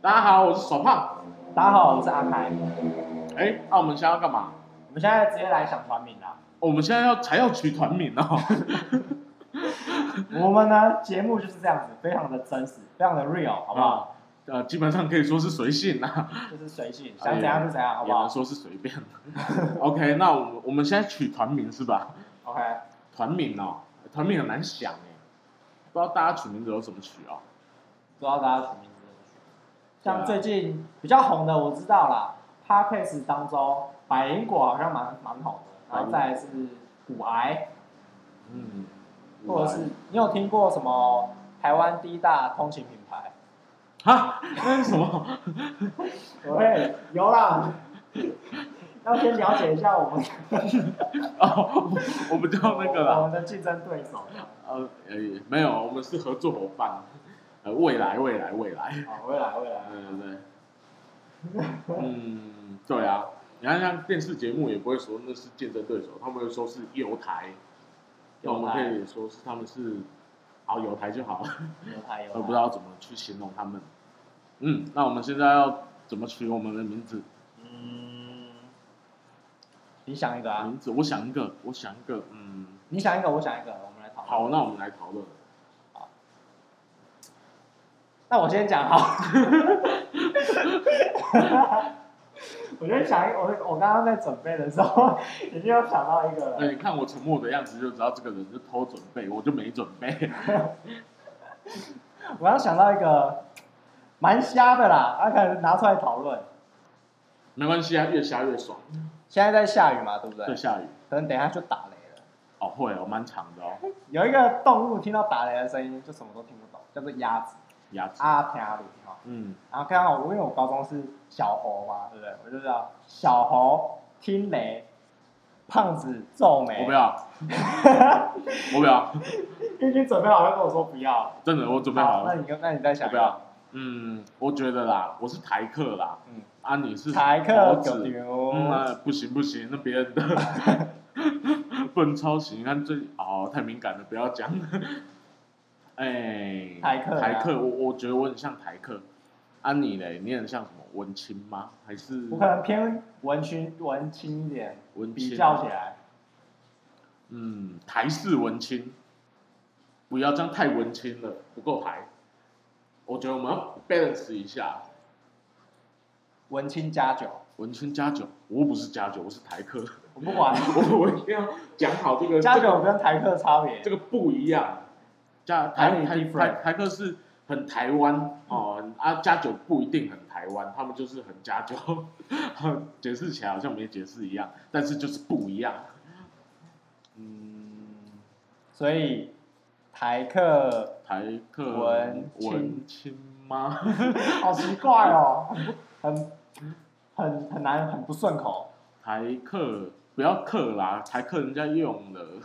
大家好，我是手胖。大家好，我是阿开。哎，那我们现在要干嘛？哦我们现在直接来想团名啦。我们现在要才要取团名 哦。我们呢节目就是这样子，非常的真实，非常的 real，好不好？呃，基本上可以说是随性啦，就是随性，想怎样就怎样，好不也能好说是随便。OK，那我们我们现在取团名是吧？ ？OK，团名哦，团名很难想哎，不知道大家取名字有怎么取哦。不知道大家什么名字？对啊像最近比较红的，我知道啦 p a r k a s 当中，百灵果好像蛮蛮红的，然后再来是骨癌，嗯，或者是你有听过什么台湾第一大通勤品牌？啊，那是什么？ 喂，有 啦。要先了解一下我们哦，我我不知道那个啦我。们的竞争对手。呃，呃，没有，我们是合作伙伴。呃，未来，未来，未来。好，未来未来。对对对。嗯，对啊，你看像电视节目也不会说那是竞争对手，他们会说是友台，那我们可以说是他们是，好友台就好了，有他有我不他知道怎么去形容他们。嗯，那我们现在要怎么取我们的名字？嗯，你想一个啊，名字，我想一个，我想一个，嗯，你想一个，我想一个，我们来讨论。好，那我们来讨论。那我先讲好。 我就想一，我我刚刚在准备的时候，已经有想到一个那了。哎你看我沉默的样子，就知道这个人是偷准备，我就没准备。 我要想到一个蛮瞎的啦，啊，可能拿出来讨论。没关系啊，越瞎越爽。现在在下雨嘛，对不对？在下雨，可能等一下就打雷了。哦会哦，蛮长的哦，有一个动物听到打雷的声音，就什么都听不懂，叫做鸭子，鸭子，阿听鲁哈。嗯。然后刚好我因为我高中是小猴嘛，对不对？我就知道小猴听雷，胖子皱眉。我不，要，我不要，已经准备好要跟我说不要。真的，我准备好那了。你跟那你再我想一不个要。嗯，我觉得啦，我是台客啦，嗯，啊，你是台猴客九子，牛。嗯，那不行不行，那别人的 不能抄袭，你看最哦太敏感了，不要讲。 哎，台客啊台客，我我觉得我很像台客。啊你嘞，你很像什么文青吗？还是我可能偏文青文青一点，文青？啊啊比较起来，嗯，台式文青，不要这样太文青了，不够台。我觉得我们要 balance 一下，文青加酒，文青加酒，我不是加酒，我是台客，我不管我我一定要讲好这个加酒跟台客差别这。个不一样。加台哪台台里 different？台客是很台湾哦，很啊加酒不一定很台湾，他们就是很加酒， 解释起来好像没解释一样，但是就是不一样。嗯，所以台客台客文青文青吗？好奇怪哦，很很很难，很不顺口。台客不要客啦，台客人家用了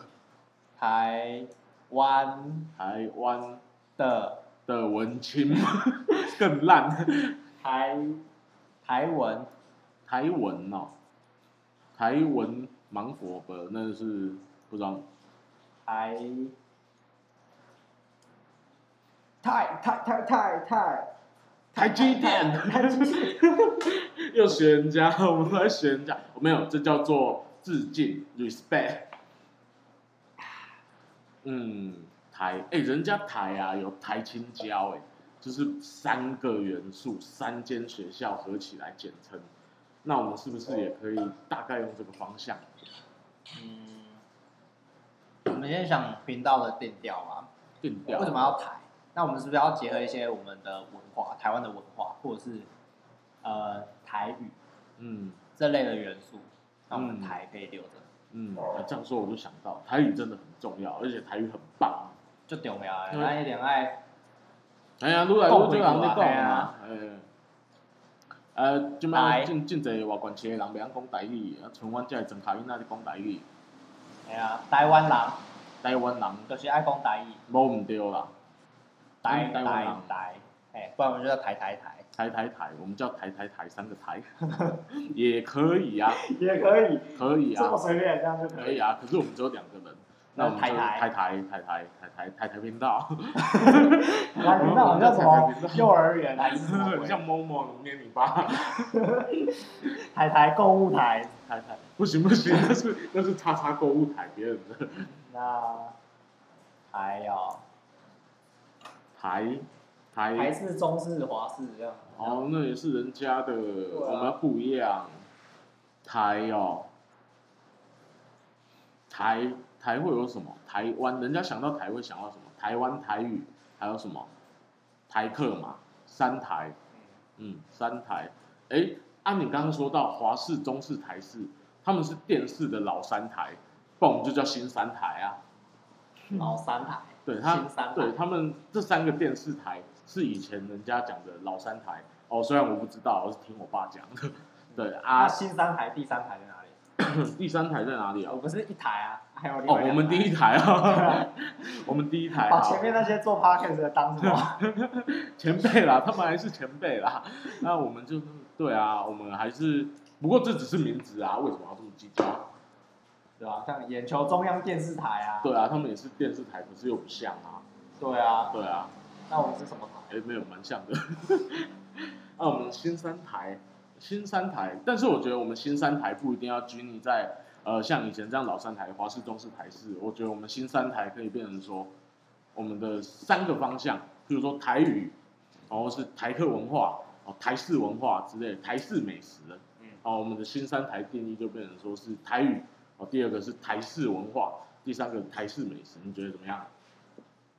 台湾台湾的的文青 更烂，台台文台文哦，台文芒果吧，那是不知道台太太太太太台积电台积又学人家，我们都在学人家，哦没有，这叫做致敬 respect。嗯，台哎、人家台啊有台青交哎、就是三个元素，三间学校合起来简称。那我们是不是也可以大概用这个方向？嗯，我们先想频道的定调嘛，定调为什么要台？那我们是不是要结合一些我们的文化，台湾的文化，或者是呃台语嗯这类的元素，那我嗯们台可以留着，嗯，这样说我就想到台语真的很重要，而且台语很棒。就丢不了，嗯咱一点爱哎呀，愈来愈少人咧讲啊，诶，呃，即摆台真真侪外县市的人袂晓讲台语，啊，像阮遮的庄卡囡仔咧讲台语，哎呀，台湾人台湾人就是爱讲台语。无毋对啦，台台湾人台台，哎，不然我们就叫台台台，台台台，我们叫台台台三个台， 也可以啊，也可以，可以啊，啊随便，这样就可以。啊，可是我们只有两个人，那我们就台台台台台台台台台台频道，来，哎那我们叫什么幼儿园还是什么很 鬼？像某某龙年你爸，台台购物台，台台 不行不行，那是那是叉叉购物台别人的那哦还有台台台，式、中式、华式这样。哦，那也是人家的，啊我们要不一样，台哦，台台会有什么？台湾人家想到台会想到什么？台湾台语还有什么？台客嘛，三台。嗯，三台。哎，按、你刚刚说到华视、中视、台视，他们是电视的老三台，不然我们就叫新三台啊。嗯老三台，对他新三台，对他们这三个电视台是以前人家讲的老三台哦，虽然我不知道，我是听我爸讲的。嗯对那啊， 新三台、第三台在哪里？第三台在哪里啊我？们是一台啊，还有另哦外，两我们第台一台啊， 我们第一台把啊，哦前面那些做 podcast 的当什么？ 前辈啦，他们还是前辈啦。那我们就对啊，我们还是，不过这只是名字啊，为什么要这么计较？ 对吧？像眼球中央电视台啊，对啊，他们也是电视台，可是又不像啊。对啊，对啊，那我们是什么台？哎、没有蛮像的。 啊，我们新三台，新三台，但是我觉得我们新三台不一定要拘泥在呃像以前这样老三台、华视、中视、台视，我觉得我们新三台可以变成说我们的三个方向，比如说台语，然后是台客文化。哦，台式文化之类，台式美食，嗯哦，我们的新三台定义就变成说是台语，哦，第二个是台式文化，第三个台式美食，你觉得怎么样？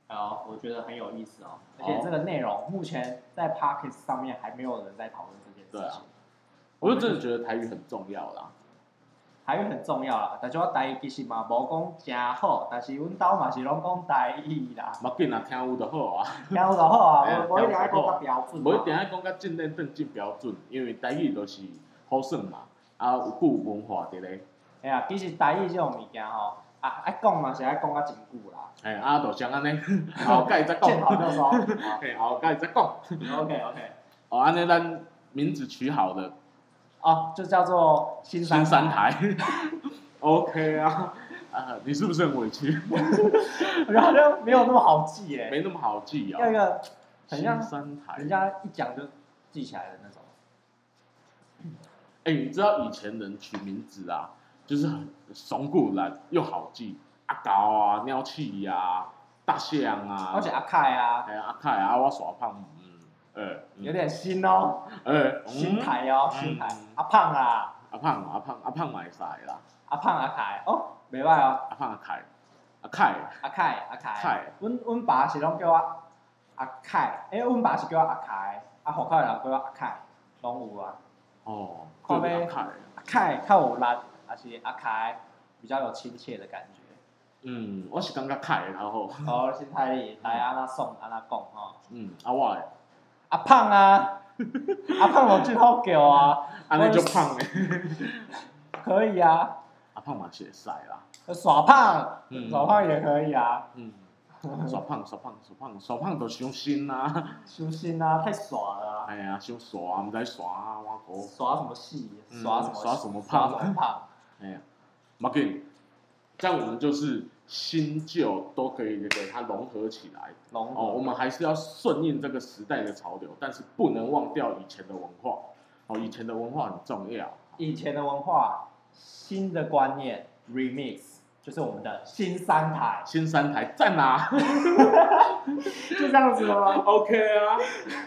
好，我觉得很有意思哦，而且这个内容目前在 podcast 上面还没有人在讨论这件对事啊情。我就真的觉得台语很重要啦。台语很重要啦，但是我台语其实嘛无讲真好，但是阮兜嘛是拢讲台语啦，嘛紧啊，听有就好啊，听有就好啊，哎呀无无一定要讲较标准啊。无一定爱讲甲真正正真标准，因为台语就是好耍嘛，啊有有文化伫咧，哎呀，其实台语这种物件吼，啊爱讲嘛是爱讲较真久啦，嘿，啊就像安尼， 后盖再见讲，好 就收。嘿，后盖再讲， OK OK，哦，安尼咱名字取好了，哦，就叫做新新三三台 ，OK 啊，啊，你是不是很委屈？然后就没有那么好记耶，没那么好记要一啊，个很新像三台人，家一讲就记起来的那种。哎、你知道以前人取名字啊，就是很怂古懒又好记，阿高啊、鸟气呀、大象啊，而且阿凯啊，哎呀，阿凯啊，我耍胖，嗯，呃，嗯有点新哦，呃，新凯台哦，嗯新台嗯。阿胖啊，阿胖阿胖阿胖买晒啦，阿胖阿凯哦，袂歹哦，阿胖啊阿凯，阿凯阿凯阿凯。凯，阮阮爸是拢叫我阿凯，诶，阮爸是叫我阿凯，啊，户口的人叫我阿凯，拢有啊。哦，看对呗阿凯，阿凯较有力，还是阿凯比较有亲切的感觉。 嗯，我是感觉凯较好，哦，心态里来安那送安那讲吼，嗯，啊我的，阿胖啊， 阿胖我最好叫啊，安尼就胖 诶，可以啊，阿胖嘛是会使啦，耍胖，嗯耍胖也可以啊，嗯，耍胖耍胖耍胖耍胖就伤心啊，舒心啊，太耍了啊、哎呀，伤耍啊，毋知耍啊，我哥，耍什么戏，嗯耍什么、耍什么胖耍什么胖，哎呀，冇紧，这样我们就是新旧都可以给它融合起来。龙哦，我们还是要顺应这个时代的潮流，但是不能忘掉以前的文化。哦，以前的文化很重要。以前的文化，新的观念，remix 就是我们的新 三台，新三台在哪就这样子吗？ ？OK 啊，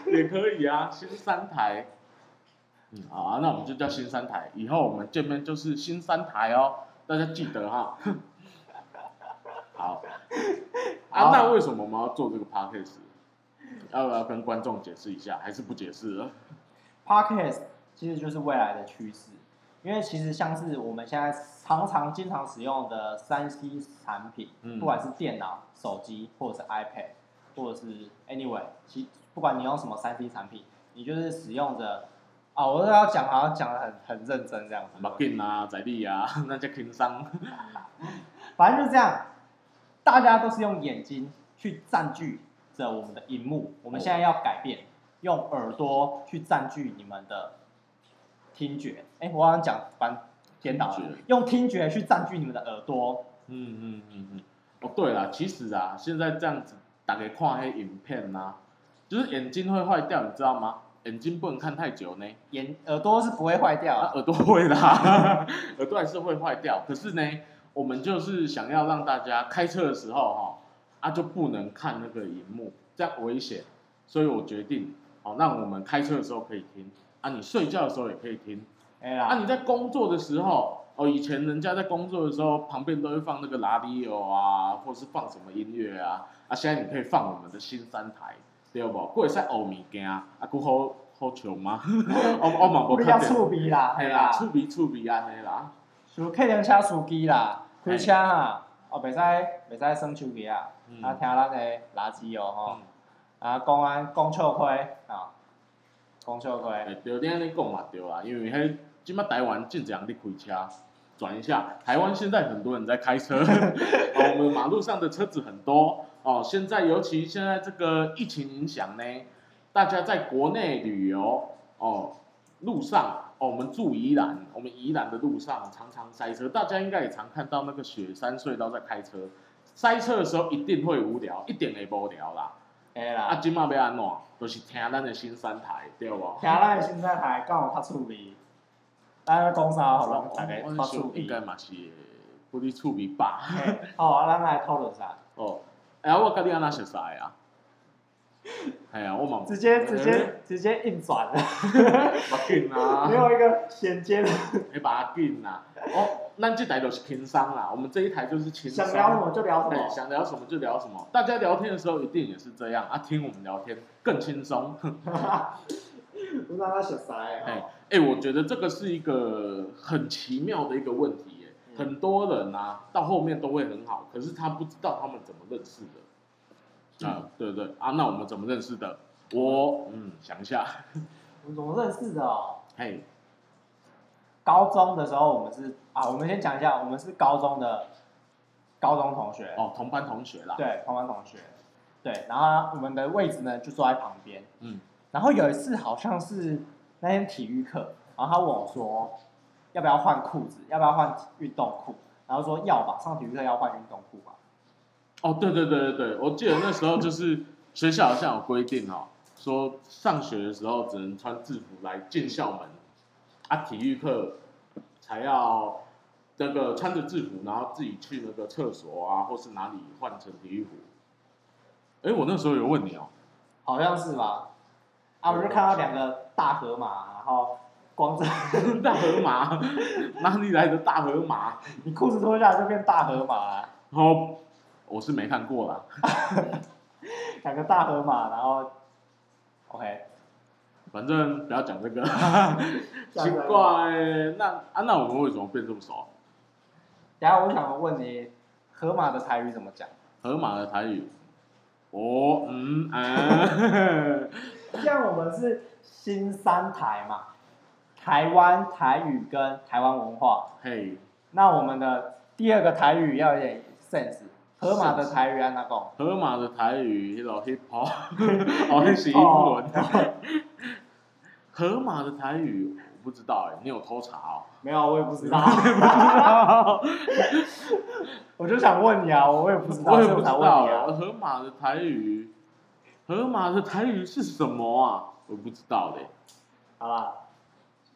也可以啊，新三台。嗯，好啊，那我们就叫新三台，以后我们见面就是新三台哦，大家记得哈。 好，啊，好那为什么我们要做这个 podcast？要不要跟观众解释一下？还是不解释了？ Podcast 其实就是未来的趋势，因为其实像是我们现在常常经常使用的三 C 产品，嗯不管是电脑、手机或者是 iPad，或者是 anyway，其不管你用什么三 C 产品，你就是使用着啊，我都要讲，好像讲的很很认真这样子，马进啊，在地啊，那叫情商。反正就这样，大家都是用眼睛去占据着我们的荧幕。我们现在要改变，用耳朵去占据你们的听觉。哎、我好像讲反颠倒了听觉，用听觉去占据你们的耳朵。嗯嗯嗯嗯，哦，对了，其实啊，现在这样子打给看黑影片呐、就是眼睛会坏掉，你知道吗？眼睛不能看太久呢，眼耳朵是不会坏掉啊啊，耳朵会啦， 耳朵还是会坏掉。可是呢，我们就是想要让大家开车的时候哈、啊就不能看那个荧幕，这样危险。所以我决定，好、让我们开车的时候可以听，啊，你睡觉的时候也可以听，哎呀、啊，你在工作的时候，哦，以前人家在工作的时候，旁边都会放那个拉力欧啊，或是放什么音乐啊，啊，现在你可以放我们的新三台，对不？过会使欧物件啊，啊，够好好笑吗？ 我我嘛无不要触鼻啦，系哎啦，啦，趣味趣味安尼啦，就客人车司机啦，哎开车哈，哦，袂使袂使耍手机啊，嗯啊，听咱的垃圾哦吼嗯，，啊，讲安讲笑话啊，讲笑话，哎，对，你安尼讲嘛对啦，因为迄即摆台湾正常咧开车。转一下，台湾现在很多人在开车，哦、我们马路上的车子很多哦。现在尤其现在这个疫情影响呢，大家在国内旅游哦，路上哦，我们住宜兰，我们宜兰的路上常常塞车，大家应该也常看到那个雪山隧道在开车，塞车的时候一定会无聊，一点也无聊啦。哎啊，啦，今嘛要安怎，就是听咱的新三台，对无？听咱的新三台讲有较趣味，咱要讲啥互咱大家我较想趣应该味，嘛是会不离趣味吧？嘿好，啊咱来讨论啥？哦，哎、啊，我甲你安那熟识的啊？哎呀，我嘛直接直接直接硬转，啊别紧啊没，有一个衔接的，你把它紧啦。哦，咱这台就是轻松啦，我们这一台就是轻松。想聊什么就聊什对，么，想聊什么就聊什么。大家聊天的时候一定也是这样啊，听我们聊天更轻松。 我让他熟悉啊的哎吼，哎、我觉得这个是一个很奇妙的一个问题耶。嗯很多人啊，到后面都会很好，可是他不知道他们怎么认识的。嗯啊，对对啊，那我们怎么认识的？我嗯，想一下，我们怎么认识的哦？嘿，高中的时候，我们是啊，我们先讲一下，我们是高中的高中同学，哦，同班同学啦，对，同班同学，对，然后我们的位置呢就坐在旁边，嗯，然后有一次好像是那天体育课，然后他问我说要不要换裤子，要不要换运动裤，然后说要吧，上体育课要换运动裤嘛，哦，对对对对对，我记得那时候就是学校好像有规定哦，说上学的时候只能穿制服来进校门，啊，体育课才要那个穿着制服，然后自己去那个厕所啊，或是哪里换成体育服。哎，我那时候有问你哦， 好像是吧？啊，我就看到两个大河马，然后光着 大河马哪里来的大河马？你裤子脱下来就变大河马啦，哦，我是没看过啦，两个大河马，然后 OK。反正不要讲这个，讲奇这个怪，那啊，那我们为什么变这么熟？啊然后我想问你，河马的台语怎么讲？河马的台语，哦，嗯 啊，像我们是新三台嘛，台湾台语跟台湾文化，嘿，那我们的第二个台语要有点 sense。河马的台语安哪讲？河马的台语，迄落 hip hop，哦，那是英文。河马的台语我不知道哎，你有偷查哦？没有，我也不知道。 我就想问你啊，我也不知道，我也不知所以才道问你啊。哎。河马的台语，河马的台语是什么啊？我不知道嘞。好啦，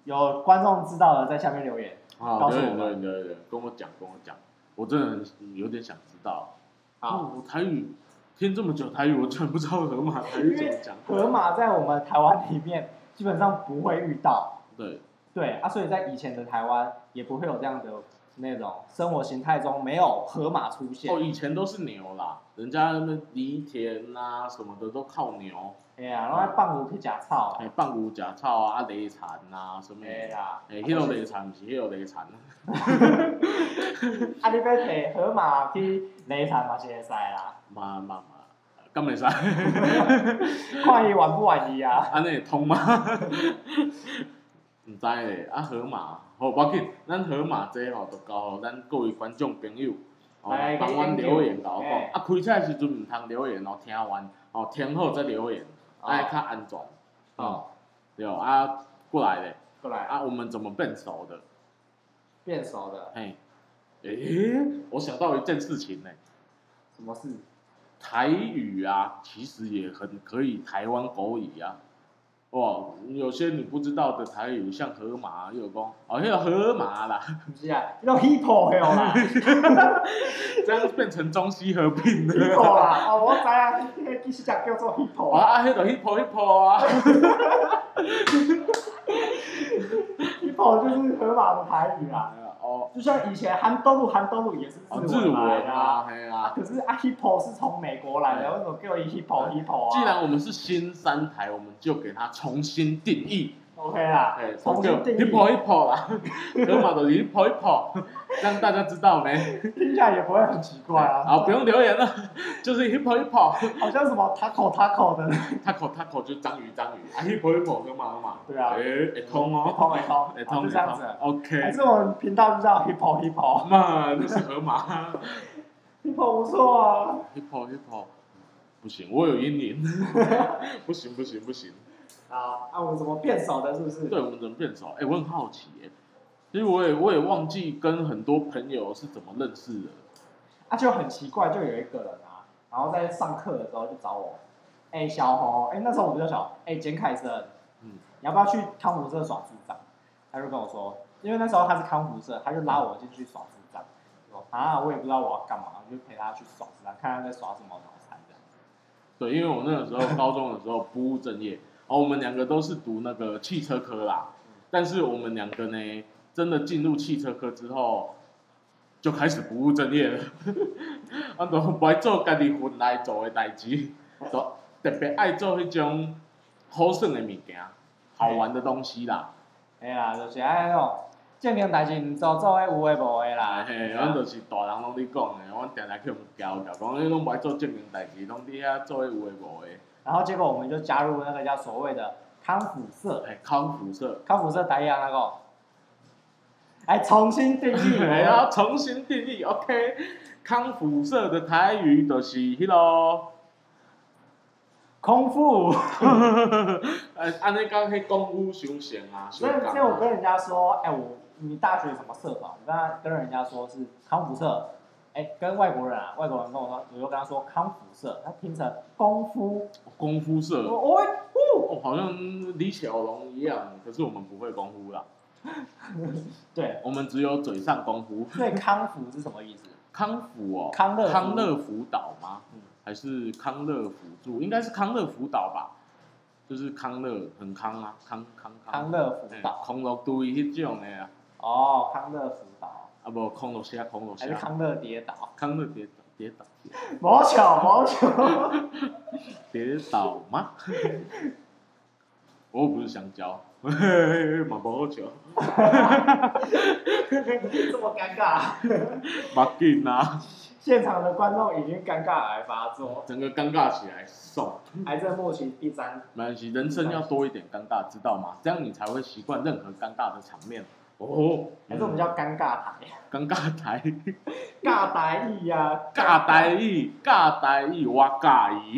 有观众知道的在下面留言。啊，告诉对我对们对对，跟我讲，跟我讲，我真的很有点想知道。好，哦，我台语听这么久台语，我居然不知道河马台语怎么讲。河马在我们台湾里面基本上不会遇到，对，对啊，所以在以前的台湾也不会有这样的那种生活形态中没有河马出现哦，。以前都是牛啦，人家那边犁田呐、什么的都靠牛，哎呀，然后放牛去假草啊哎、，放牛食草啊，啊，犁田呐、什么哎的。哎、呀，迄落犁田毋是迄落犁田，啊，你要摕河马去犁田嘛是会使啦，嘛嘛嘛，敢袂使？看伊玩不玩伊啊。 安尼会通吗？ 毋知咧，啊河马，好，无要紧，咱河马这吼，就交互咱各位观众朋友，哦来，帮阮给留你言甲我讲哎，啊，开车的时阵毋通留言哦，听完哦，听好再留言，安尼较安全，哎哦，对哦，啊，过来咧。过来，啊，我们怎么变熟的？变熟的，嘿，诶，我想到一件事情呢、什么事？ 台语啊，其实也很可以台湾国语啊。哇，有些你不知道的台语，像河马，有讲哦，那个河马啦，不是啊，那 hippo 有啦这样变成中西合并的。 ，hippo 啦，哦，我知啊，迄个其实叫做 hippo 啊啊，迄个 hippo hippo 啊， ，hippo 就是河马的台语啊。哦，就像以前韩东路，韩东路也是哦日日来文的啊，啊。嘿啊啊。可是啊，hippo 是从美国来的，为什么给我一 hippo hippo 啊？既然我们是新三台，我们就给它重新定义， OK 啦，哎，重新定义 hippo hippo 啦， 河马的 hippo hippo，让 大家知道没？听起来也不会很奇怪啊。好，不用留言了， 就是 hippo hippo，好像什么 taco taco 的， taco taco 就章鱼章鱼，啊 hippo hippo 河马河马，对啊，哎，会通哦。通没通？哎，好通就这样子。还，OK，是我们频道就叫 hippo hippo 那那是河马 hippo 不错啊。 ，hippo hippo，不行，我有阴影， 不行不行不行，啊，啊，我们怎么变少的？是不是？对，我们怎么变熟？哎，我很好奇，哎，其实我也我也忘记跟很多朋友是怎么认识的，啊，就很奇怪，就有一个人啊，然后在上课的时候就找我，哎、小红，哎、那时候我们叫小红，哎、简凯生，嗯你要不要去康复社耍智障？他就跟我说，因为那时候他是康复社，他就拉我进去耍智障，我说啊，我也不知道我要干嘛，我就陪他去耍智障，看他在耍什么脑残这样子。对，因为我那个时候高中的时候不务正业，哦，我们两个都是读那个汽车科啦，但是我们两个呢，真的进入汽车科之后，就开始不务正业了， 啊，都不爱做家己本来做的代志，都特别爱做迄种好耍的物件，好玩的东西啦，哎呀，就是哎那种正经代志，毋做做诶有诶无诶啦啊，，嘿，阮就是大人拢咧讲的，阮常常去人教教，讲你哎拢不爱做正经代志，拢伫遐做迄有的无的，然后结果我们就加入那个叫所谓的康复社，嘿，康复社。，康复社打一样那个，哎，重新定 义然后重新定义，OK。康复社的台语就是迄咯，空腹。呃， 安尼讲迄公务相像啊，所以，所以我跟人家说，哎、我你大学什么社团？我跟他跟人家说是康复社，哎、跟外国人啊，外国人跟我说，我就跟他说康复社，他拼成功夫，功夫我社，我会呼，哦，好像李小龙一样，可是我们不会功夫啦，对，我们只有嘴上功夫。所以康复是什么 意思？康复哦，康乐康乐辅导吗嗯？还是康乐辅助？应该是康乐辅导吧，就是康乐很康啊，康康康乐辅嘿导，康乐队迄种的啊，哦，康乐辅导啊无康乐虾，康乐还是虾，康乐跌倒？康乐跌倒跌倒。跌倒毛球，毛球，跌倒吗？我又不是香蕉， 马波球， 这么尴尬，马劲啊，现场的观众已经尴尬癌发作，整个尴尬起来，送。癌症末期第三，没关系，人生要多一点尴尬，知道吗？这样你才会习惯任何尴尬的场面。哦，还是我们叫尴尬台，尴尬台，尬台啊意呀、尬台语，尬台语，我尬意，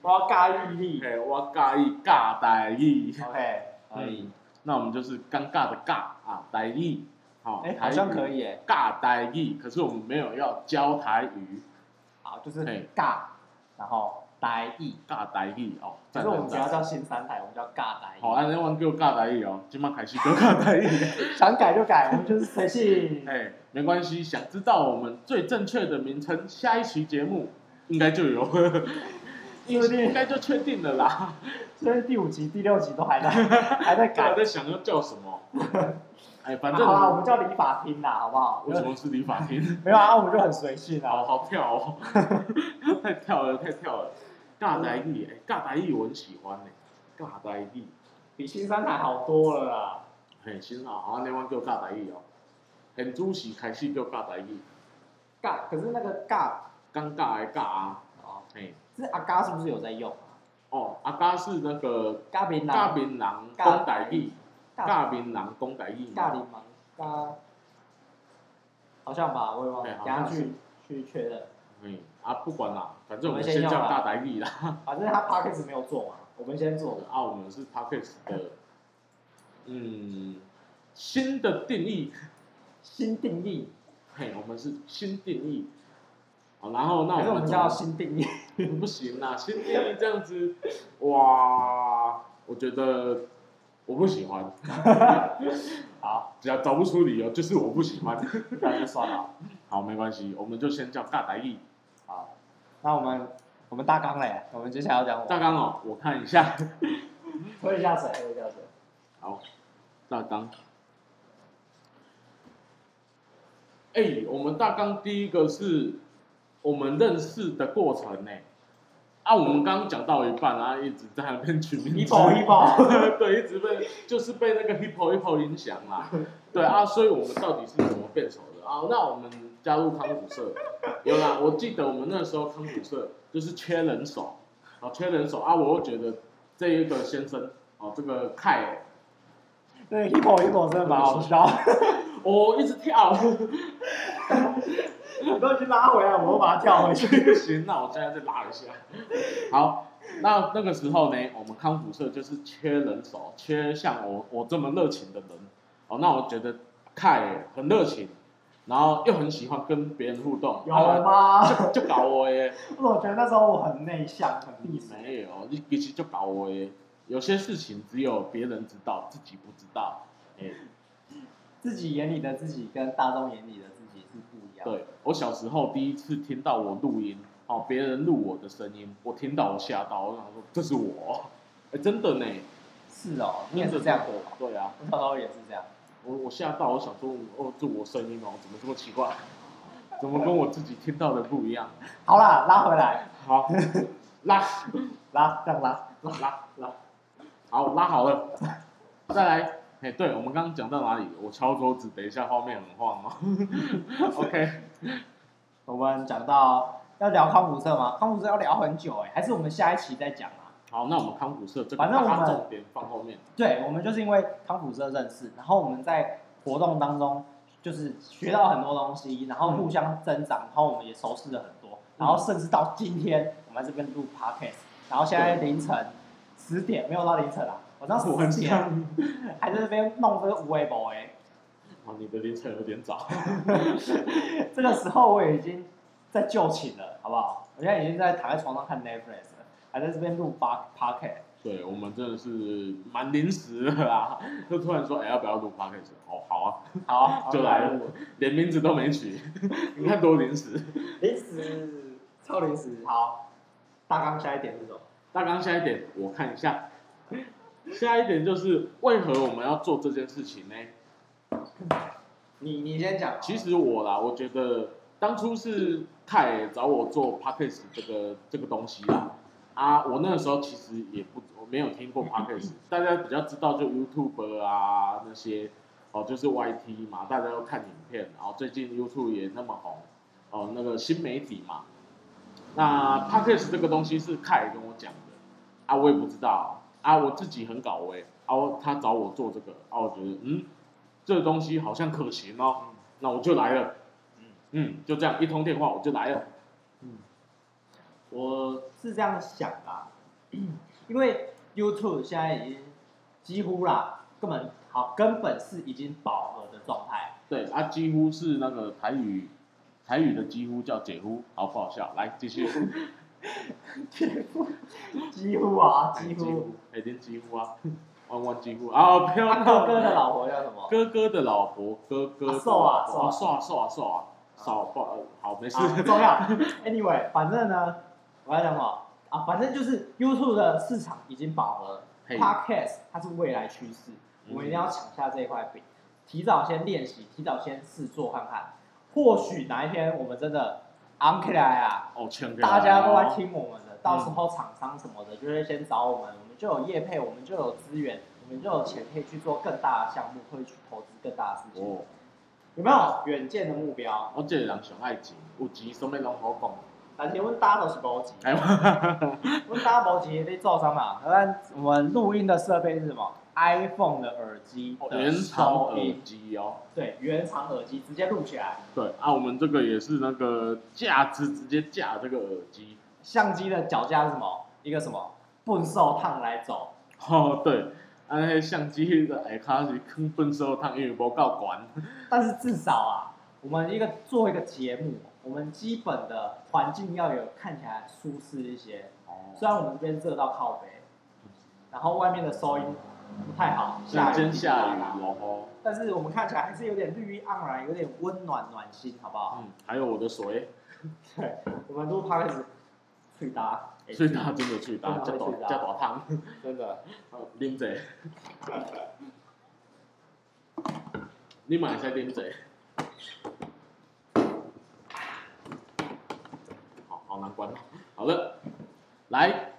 我要尬毅力。 嘿，我尬意，尬台语。 OK，可以嗯，，那我们就是尴尬的尬啊，台语，好、哎，台好语像可以耶。尬台语，可是我们没有要教台语。好，就是嘿尬，然后呆意，尬台语哦，可赞是我们赞不要赞！叫新三台，我们叫尬呆好，啊意。安尼阮叫尬台语哦，即马开始叫尬台语。想改就改，我们就是随性。哎，没关系，想知道我们最正确的名称，下一期节目应该就 有，应不定应该就确定了啦。所以第五集、第六集都还在还在我改。在想要叫什么？哎， 反好啊啦，我正们叫理法厅啦，好不好？为什么是理发厅？没有啊，我们就很随性啊。好好跳哦， 太跳了，太跳了。尬台语，哎，尬台语我很喜欢呢。哎尬台语，比新三台好多了啦。嘿，行啊，好，那阮叫尬台语哦。很主席开始叫尬台语，尬，可是那个尬尴尬的尬啊。哦，嘿，是阿嘎是不是有在用啊？哦，阿嘎是那个尬槟尬榔，槟榔尬公仔意，尬尬槟榔公仔意尬嘛，柠檬，尬，好像吧，我也忘了，哎好等一下像是去去确认。嗯，啊，不管啦，反正我我们们先先叫用啦尬仔意啦。反正他 p a c k a g e 没有做嘛，我们先做。啊，我们是 p o c k e t 的，嗯，新的定义，新定义，嘿，我们是新定义。好，然后那还是我我们们叫总新定义？ 不行啦，新定义这样子，哇，我觉得我不喜欢， 好，只要找不出理由，就是我不喜欢。 那就算了。好，没关系，我们就先叫大白意。好，那我们我们大纲嘞，我们接下来要讲我大纲哦，我看一下。喝一下水，喝一下水。好，大纲。哎、我们大纲第一个是我们认识的过程呢、啊，我们刚刚讲到一半啊，一直在那边取名字。宝， 对，一直被就是被那个 hippo hippo 影响啦。对啊，所以我们到底是怎么变熟的啊？那我们加入康复社，有啦，我记得我们那时候康复社就是缺人手，啊，缺人手啊，我又觉得这一个先生，哦、这个凯尔，对，一口一口真的蛮好笑。 我、一直跳，我都已经拉回来，我又把它跳回去。 不 行，那我现在再拉一下。好，那那个时候呢，我们康复社就是缺人手，缺像我我这么热情的人。哦，那我觉得凯很热情，然后又很喜欢跟别人互动，有啊、吗？就就搞我耶，我觉得那时候我很内向，很闭嘴。没有，你其实就搞我耶。有些事情只有别人知道，自己不知道。哎、自己眼里的自己跟大众眼里的自己是不一样。，对我小时候第一次听到我录音，哦，别人录我的声音，我听到我吓到，我想说这是我，哎，真的呢，是哦，你也是这样的，对啊，我小时候也是这样。我我吓到，我想说，哦，这我声音哦，怎么这么奇怪？ 怎么跟我自己听到的不一样？好啦，拉回来，好，拉拉这样拉，拉拉拉，好拉好了，再来。哎，对，我们刚刚讲到哪里？我敲桌子，等一下画面很晃哦。OK， 我们讲到要聊康复社吗？康复社要聊很久哎、还是我们下一期再讲啊？好，那我们康复社这个反正我们把它重点放后面。对，我们就是因为康复社认识，然后我们在活动当中就是学到很多东西，然后互相增长，然后我们也熟识了很多，然后甚至到今天我们在这边录 podcast，然后现在凌晨十点没有到凌晨啊，晚上我很十点像，还在这边弄这个无微博哎，哦，你的凌晨有点早。 这个时候我已经在就寝了，好不好？我现在已经在躺在床上看 Netflix 了，还在这边录 pod podcast。对我们真的是蛮临时的啦，就突然说，哎、要不要录 podcast？哦，好啊， 好，就来了，连名字都没取， 你看多临时。零食，超零食。好，大纲下一点是什么？大纲下一点，我看一下。下一点就是为何我们要做这件事情呢？你你先讲。其实我啦，我觉得当初是泰找我做 podcast 这个这个东西啦。啊，我那个时候其实也不我没有听过 podcast，大家比较知道就 YouTube 啊那些哦，就是 YT 嘛，大家都看影片，然后最近 YouTube 也那么红哦，那个新媒体嘛。那 podcast 这个东西是凯跟我讲的啊，我也不知道啊，我自己很搞味啊，我他找我做这个啊，我觉得嗯，这东西好像可行哦，那我就来了。嗯嗯，就这样一通电话我就来了。嗯，我是这样想的 啊、因为 YouTube 现在已经几乎啦，根本好根本是已经饱和的状 态。对，啊，几乎是那个台语，台语的几乎叫姐夫，好不好笑？来继续，啊几乎啊，哎几乎。，哎，连几乎啊，弯弯几乎啊，不要他哥啊哥的老婆叫什么？哥哥的老婆，哥哥的啊瘦啊老婆瘦瘦啊瘦啊瘦啊，少不呃好没事， 啊，不重要。Anyway，反正呢，我要讲什么啊？反正就是 YouTube 的市场已经饱和了嘿，Podcast 它是未来趋势，我们一定要抢下这一块饼，提早先练习，提早先试做看看，或许哪一天我们真的昂起来啊！哦，全大家都在听我们的，到时候厂商什么的就会先找我们，我们就有业配，我们就有资源，我们就有钱可以去做更大的项目，可以去投资更大的事情。哦，有没有远见的目标？我这个人上爱情，有钱什么拢好讲。但是阮搭都是无钱，哎，我阮搭无钱你做啥嘛？咱我们录音的设备是什么？iPhone 的耳机 哦的原厂收耳音，机哦。对，原厂耳机直接录起来。对啊，我们这个也是那个架子直接架这个耳机。相机的脚架是什么？一个什么笨兽烫来走，哦，对，啊，那个相机的哎，它是坑笨手烫，因为不够管。但是至少啊，我们一个做一个节目，我们基本的环境要有看起来舒适一些。哦，虽然我们这边热到靠北，然后外面的收音不太好，下人雨间下雨啦哦，但是我们看起来还是有点绿意盎然，有点温暖暖心，好不好？嗯，还有我的水，对，我们录 p o d c a 去搭，最大真的最大，真的加会多最大加多汤， 真 的啉者，你买些啉者，好好难关哦。好了，来，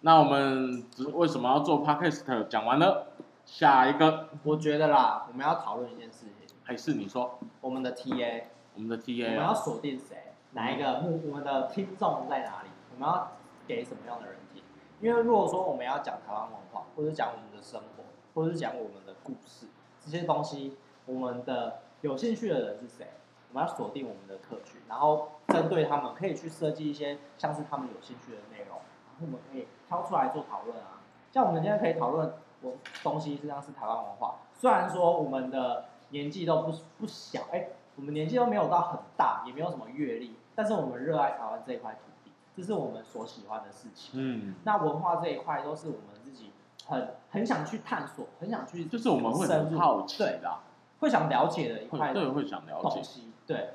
那我们只为什么要做 podcast 讲完了，下一个我觉得啦，我们要讨论一件事情，还是你说我们的 TA，我们的我 TA 们要啊，嗯锁定谁，哪一个目，我们的听众在哪里，我们要给什么样的人听？因为如果说我们要讲台湾文化，或者讲我们的生活，或者是讲我们的故事，这些东西，我们的有兴趣的人是谁？我们要锁定我们的客群，然后针对他们，可以去设计一些像是他们有兴趣的内容，然后我们可以挑出来做讨论啊。像我们今天可以讨论我东西，实际上是台湾文化。虽然说我们的年纪都不不小，哎、我们年纪都没有到很大，也没有什么阅历，但是我们热爱台湾这一块土地，这是我们所喜欢的事情。嗯，那文化这一块都是我们自己很很想去探索，很想去就是我们会很好奇深入啦，会想了解的一块会对会想了东解，西。对，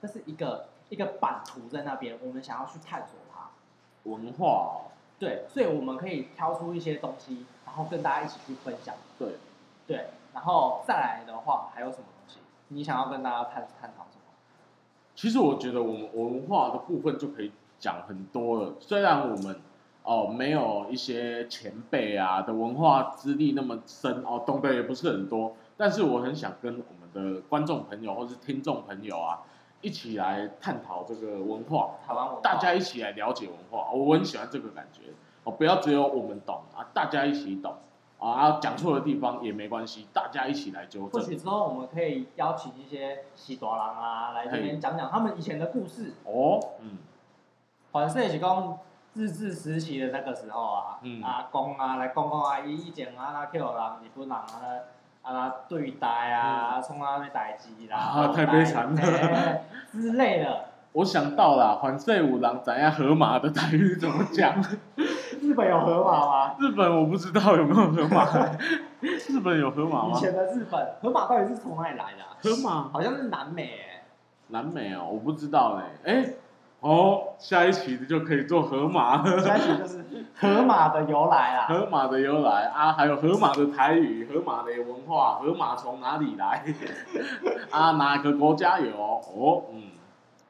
这是一个一个版图在那边，我们想要去探索它。文化哦、对，所以我们可以挑出一些东西，然后跟大家一起去分享。对，对，然后再来的话，还有什么东西你想要跟大家探探讨什么？其实我觉得我们文化的部分就可以讲很多了，虽然我们哦没有一些前辈啊的文化资历那么深哦，懂得也不是很多，但是我很想跟我们的观众朋友或是听众朋友啊一起来探讨这个文化，台湾文化，大家一起来了解文化，哦我很喜欢这个感觉哦，不要只有我们懂啊，大家一起懂啊啊，讲错的地方也没关系，大家一起来纠或正许之后我们可以邀请一些喜多郎啊来这边讲讲他们以前的故事。哦，嗯，反正是讲日治时期的那个时候啊，嗯阿公啊来讲讲啊，伊以前啊那去互人日本人啊那啊那对待啊，创啊咩代志啦，嗯啊太悲惨了嘿之类的。我想到了，环岁五郎斩下河马的台语怎么讲？日本有河马吗？日本我不知道有没有河马，日本有河马以吗？前的日本河马到底是从哪里来的啊、河马好像是南美诶、南美哦，我不知道嘞。哎、哦，下一期就可以做河马， 下一题就是河马的由来啦。河马的由来啊，还有河马的台语、河马的文化、河马从哪里来 啊，哪个国家有？哦，嗯，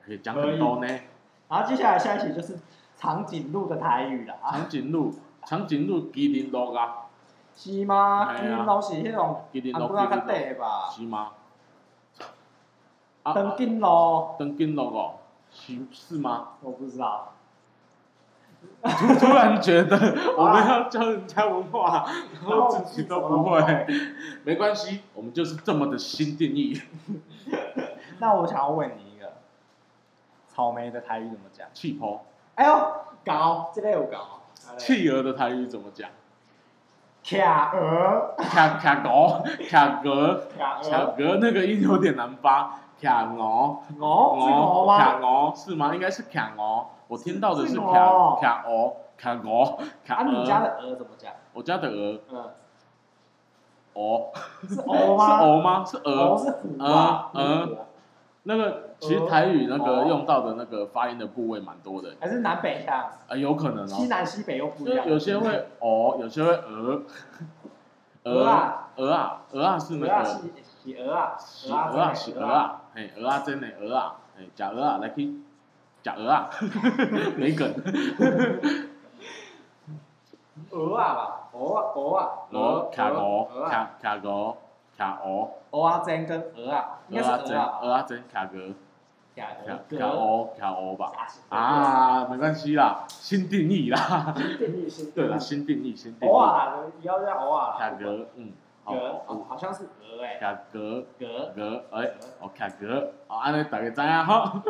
可以讲很多呢。然后接下来下一题就是长颈鹿的台语了啊，长颈鹿，长颈鹿麒麟鹿啊，是吗？哎因呀为拢是迄种麒麟鹿，红骨较麒麟短的吧鹿，，是吗？啊长颈鹿登金龙哦，是是吗？我不知道。突 突然觉得我们要教人家文化，然后自己都不会，哎没关系，我们就是这么的新定义，那我想要问你一个，草莓的台语怎么讲？气泡，哎呦，搞，这个有搞。企鹅的台语怎么讲？卡鹅，卡卡狗，卡格，卡卡鹅，格那个音有点难发，卡鹅，鹅是鹅卡吗？哦鹅是吗？应该是卡鹅，我听到的是是卡鹅卡鹅，卡鹅，啊，卡你家鹅，的鹅怎么讲？我家的鹅，嗯，鹅是是鹅吗？鹅吗？是鹅鹅，是虎吧？鹅虎啊那个其实台语那个用到的那个发音的部位蛮多的，还是南北向？啊、有可能西哦，南西北又不就一样。有些会哦，有些会鹅，鹅鹅啊，鹅啊，鹅啊是那鹅啊，个洗洗鹅啊，是鹅啊是真的鹅，啊，嘿鹅啊真的鹅啊，嘿假鹅啊来去假鹅啊， 没梗，鹅啊吧，鹅啊鹅啊，鹅卡鹅鹅啊，卡卡鹅卡鹅，鹅啊煎跟鹅啊，应鹅该啊是鹅真啊吧，哦鹅啊真卡鹅假卡鹅，卡鹅卡鹅吧，鹅，啊没关系啦，新定义啦， 定义是，对啦新定义新定义鹅，啊，你要叫鹅啊，卡鹅嗯好鹅，好哦好像是鹅哎，卡格鹅，格，哎，哦卡格，好，安尼大家知影哈，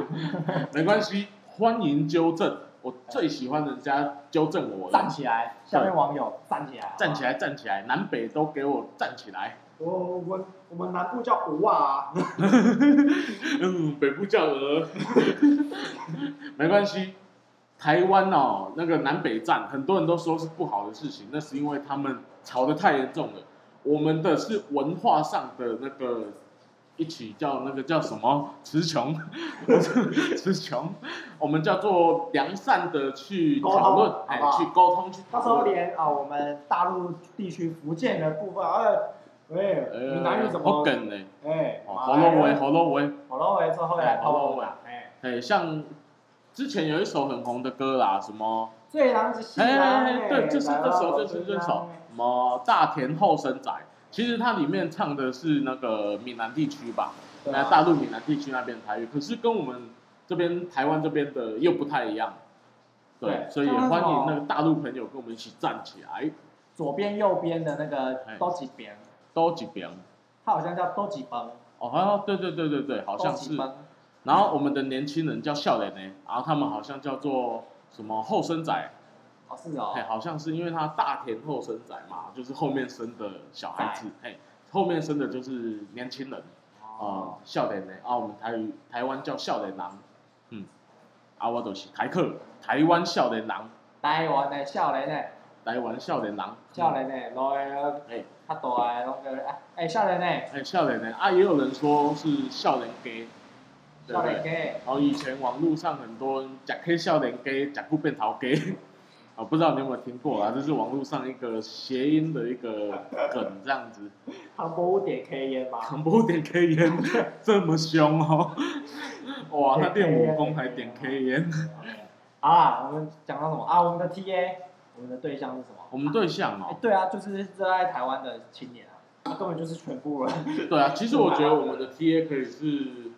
没关系，欢迎纠正，我最喜欢人家纠正我站了，起来，下面网友站起来，站起，来，站起来，南北都给我站起来，我我们我们南部叫五啊， 嗯，北部叫鹅， 没关系。台湾哦，那个南北战，很多人都说是不好的事情，那是因为他们吵得太严重了。我们的是文化上的那个一起叫那个叫什么词穷， 词穷，我们叫做良善的去讨论沟通，哎好不，好去沟通，去那时候讨论。连啊我们大陆地区福建的部分，哎喂，呃闽南语怎好么？梗呢？哎，哦喉咙维，喉咙维。喉咙维之后来泡泡嘛，哎，哎，像之前有一首很红的歌啦，什么？最狼之心啊，哎，对，就是这首，就是这首，什么大田后生仔。其实它里面唱的是那个闽南地区吧，对那啊大陆闽南地区那边的台语，可是跟我们这边台湾这边的又不太一样。对，对所以也像那欢迎种那个大陆朋友跟我们一起站起来，左边右边的那个哎都几边，都几边。它好像叫都几崩，哦，好像对对对对对，好都像几是。崩，然后我们的年轻人叫笑脸呢，然后他们好像叫做什么后生仔，哦是哦哎，，好像是因为他大田后生仔嘛，就是后面生的小孩子，哎，后面生的就是年轻人啊，哦笑脸呢，啊，我们台语台湾叫笑脸郎，嗯，啊，我就是台客，台湾笑脸郎，台湾的少年的台湾笑脸郎，少年的落个哎较大的拢叫哎哎少年的哎笑脸呢，啊，也有人说是笑脸 gay，对不少年对？家，然后以前网络上很多人假 K 笑脸 gay，假不变桃 gay，啊，不知道你有没有听过啊？这是网络上一个谐音的一个梗，这样子。唐伯虎点 K 烟吗？唐伯虎啊点 K 烟这么凶哦， 哇，他练武功还点 K 烟。嗯 啊，我们讲到什么啊？我们的 TA，我们的对象是什么？ 我们对象哎哦，对啊，就是热爱台湾的青年啊，他根本就是全部人。 对啊，其实我觉得我们的 TA 可以是，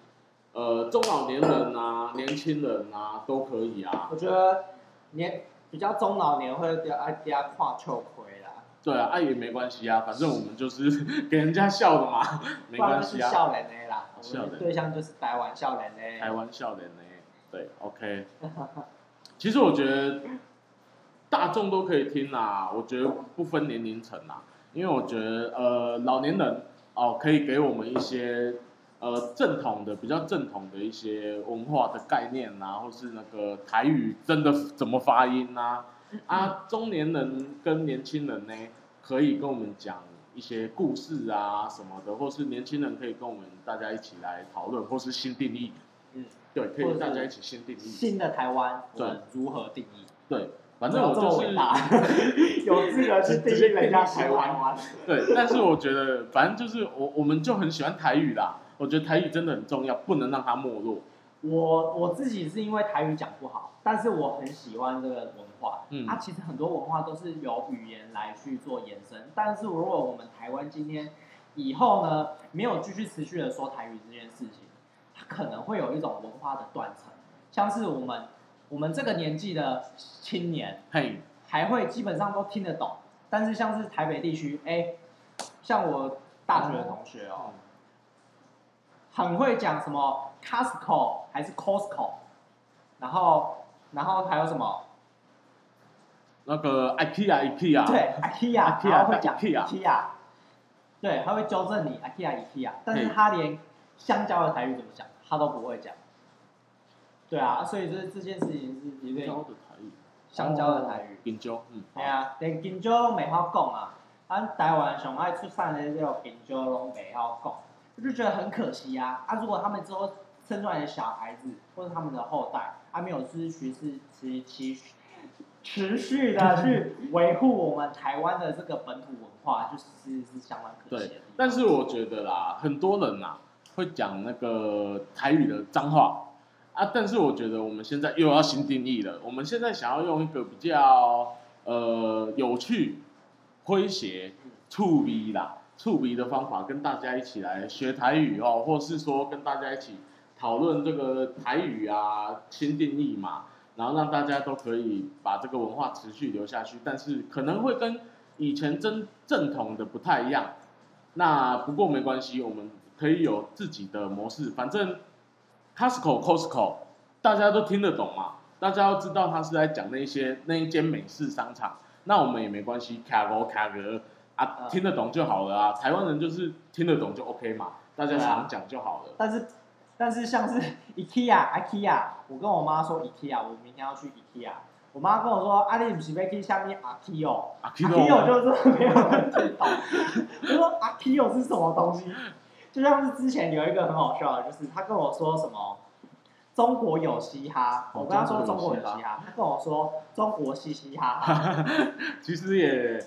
呃，中老年人啊，年轻人啊，都可以啊。我觉得年比较中老年会比较爱比较跨秋葵啦，对啊，爱也没关系啊，反正我们就是 给人家笑的嘛，没不然关就是系啊。笑人的啦。我笑们人的对象就是台湾笑人台的。湾笑脸呢？对，OK。其实我觉得大众都可以听啦，我觉得不分年龄层啦，因为我觉得呃老年人哦可以给我们一些呃正统的比较正统的一些文化的概念啊，或是那个台语真的怎么发音呐、啊？啊，中年人跟年轻人呢可以跟我们讲。一些故事啊什么的，或是年轻人可以跟我们大家一起来讨论，或是新定义，嗯，对，可或以者大家是一起新定义，新的台湾，我对们如何定义？对，反正我这么就是伟大， 有资格去定义人家台湾。对，但是我觉得，反正就是我，我们就很喜欢台语啦。我觉得台语真的很重要，不能让它没落。我我自己是因为台语讲不好，但是我很喜欢这个文化。嗯啊，其实很多文化都是由语言来去做延伸。但是如果我们台湾今天以后呢，没有继续持续的说台语这件事情，它可能会有一种文化的断层。像是我们我们这个年纪的青年，嘿，还会基本上都听得懂，但是像是台北地区，哎、像我大学的同学哦、很会讲什么 Costco 还是 Costco，然后然后还有什么那个 IKEA IKEA，对 IKEA， IKEA，然后会讲 IKEA IKEA，对，他会纠正你 IKEA IKEA，但是嗯他连香蕉的台语怎么讲他都不会讲。对啊，所以这这件事情是一香个蕉的台语，香蕉的台语。香蕉，嗯，系啊，连金蕉拢袂晓讲啊，咱台湾上爱出产的这种金蕉拢袂晓讲，我就觉得很可惜啊。啊，如果他们之后生出来的小孩子或者他们的后代，啊没有持续是持持持续的去维护我们台湾的这个本土文化，就是是相当可惜对的地方。。但是我觉得啦，很多人啊会讲那个台语的脏话啊，但是我觉得我们现在又要新定义了。我们现在想要用一个比较呃有趣、诙谐、嗯触鼻啦、触鼻的方法，跟大家一起来学台语哦，或是说跟大家一起讨论这个台语啊新定义嘛，然后让大家都可以把这个文化持续留下去，但是可能会跟以前真正统的不太一样。那不过没关系，我们可以有自己的模式，反正 Costco Costco 大家都听得懂嘛，大家要知道他是在讲那些那一间美式商场，那我们也没关系，卡罗卡格。啊，听得懂就好了啊。台湾人就是听得懂就 OK 嘛，大家对啊常讲就好了。但是但是像是 IKEA IKEA，我跟我妈说 IKEA，我明天要去 IKEA，我妈跟我说阿丽不是被去下面 IKEA。啊，阿听 k 得 i 懂 o 就是没有人听懂。我说阿 k i o 是什么东西？就像是之前有一个很好笑的，就是他跟我说什么中国有嘻哈，哦我跟他说中中国国有有嘻哈嘻哈，他跟我说中国嘻嘻哈哈。 其实也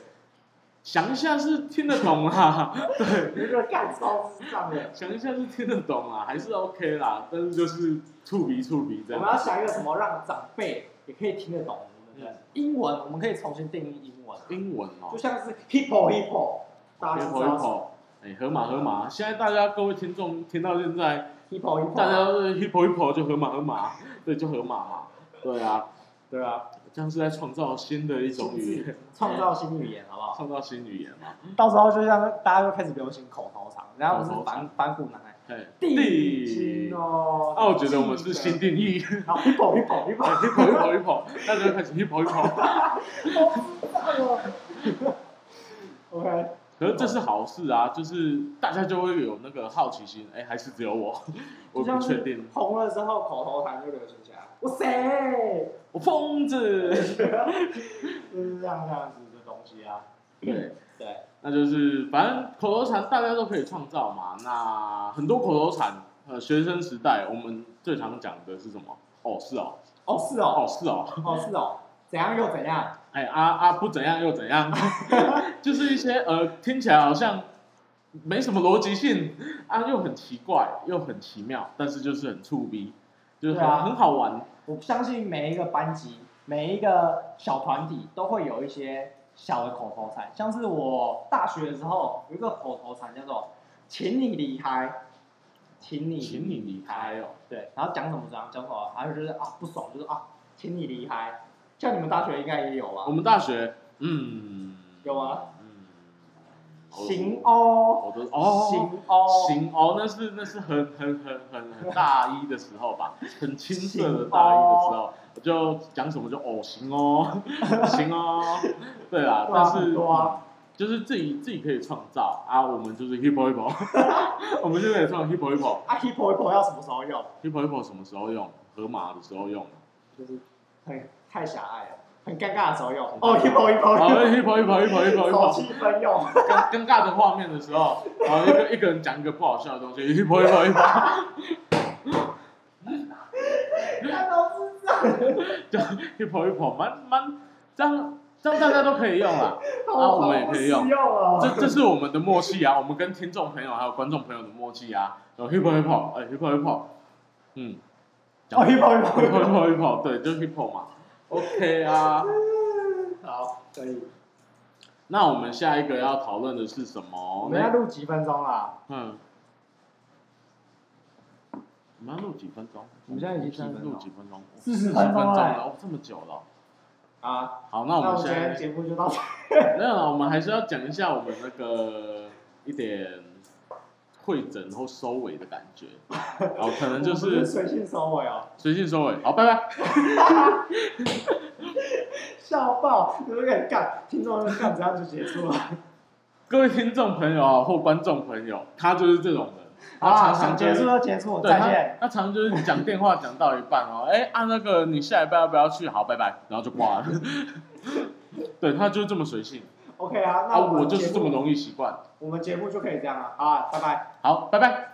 想一下是听得懂啦，我就觉得干超智障 的。想一下是听得懂啦，还是 OK 啦。但是就是触鼻触鼻这我样们。要想一个什么让长辈也可以听得懂我们的英文，我们可以重新定义英文，英文哦就像是 hippo hippo，大家都知 Hippo 道 Hippo，哎，河马河马，现在大家各位听众听到现在， hippo hippo，大家都是 Hippo Hippo 就河马河马，对，就河马嘛，对啊，对啊，这样是在创造新的一种语言，创造新语言好不好？创造新语言嘛。到时候就像大家就开始流行口头禅，然后不是口头禅反反骨男孩，哎，地精哦，啊，我觉得我们是新定 义 然后一跑一 跑一跑， ，Hippo Hippo Hippo，大家开始 Hippo Hippo， OK，可是这是好事啊，就是大家就会有那个好奇心，哎，还是只有 我，我不确定，红了之后口头禅就流行起来，我谁？我疯子，就是这样这样子的东西啊，对。对， 那就是反正口头禅大家都可以创造嘛。那很多口头禅，呃，学生时代我们最常讲的是什么？哦，是哦，哦是哦，哦是哦，哦是哦，怎样又怎样，哎啊啊不怎样又怎样， 就是一些呃听起来好像没什么逻辑性啊，又很奇怪又很奇妙，但是就是很触逼，就是很、对啊很好玩。我相信每一个班级、每一个小团体都会有一些小的口头禅，像是我大学的时候有一个口头禅叫做“请你离开”，请你请你离开哦，对，然后讲什么讲讲什么，还有就是啊不爽，就是啊，请你离开。像你们大学应该也有我吧？们大学嗯有啊，嗯，我行，哦，我都哦行哦，行哦，那是那是很很很很很大一的时候吧，很青涩哦的大一的时候，我就讲什么就哦行哦， 行哦，对啦，对啊但是、嗯很多啊就是自己自己可以创造啊，我们就是 hippo hippo，我 们就可以创 hippo hippo，hippo 啊 hippo hippo 要什么时候用？ hippo 什么时候用？河马的时候用，就是很太狭隘了，很尴尬的时候用。哦 hippo 好 hippo， hippo hippo hippo hippo 手 hippo，气分 用。尴尴尬的画面的时候，然后一个一个人讲一个不好笑的东西，hippo hippo hippo，他都是这样，就 hippo hippo，蛮蛮这样这样大家都可以用啦。啊我们也可以用好实啊这这是我们的默契啊，我们跟听众朋友还有观众朋友的默契啊。然后 hip hop hip hop，哎 hip hop hip hop，嗯哦 hippo hippo ，hip hop hip hop hip hop，对，就是 hip hop 嘛。OK 啊，好，可以。那我们下一个要讨论的是什我么们要呢？录几分钟啦？嗯，我们要录几分钟？我们现在已经现在录几几分钟？ 40 40分分钟钟了了，哦，这么久了。啊，好，那那我我们们现今天在节目就到这。没有了，我们还是要讲一下我们那个一点会诊或收尾的感觉。好，可能就我们是不随性收尾哦，随性收尾，好，拜拜。笑爆！你们敢干，听众就干，这样就结束 了。各位听众朋友啊，或观众朋友，他就是这种人，好他啦，常常就结束是，就结束，对哦再他见。，他常就是讲电话讲到一半哦，哎啊那个你下礼拜要不要去？好，拜拜，然后就挂 了。对他就是这么随性 OK 啊，那啊，我们我就是节这么目容易习惯。我们节目就可以这样了啊，拜拜。好，拜拜。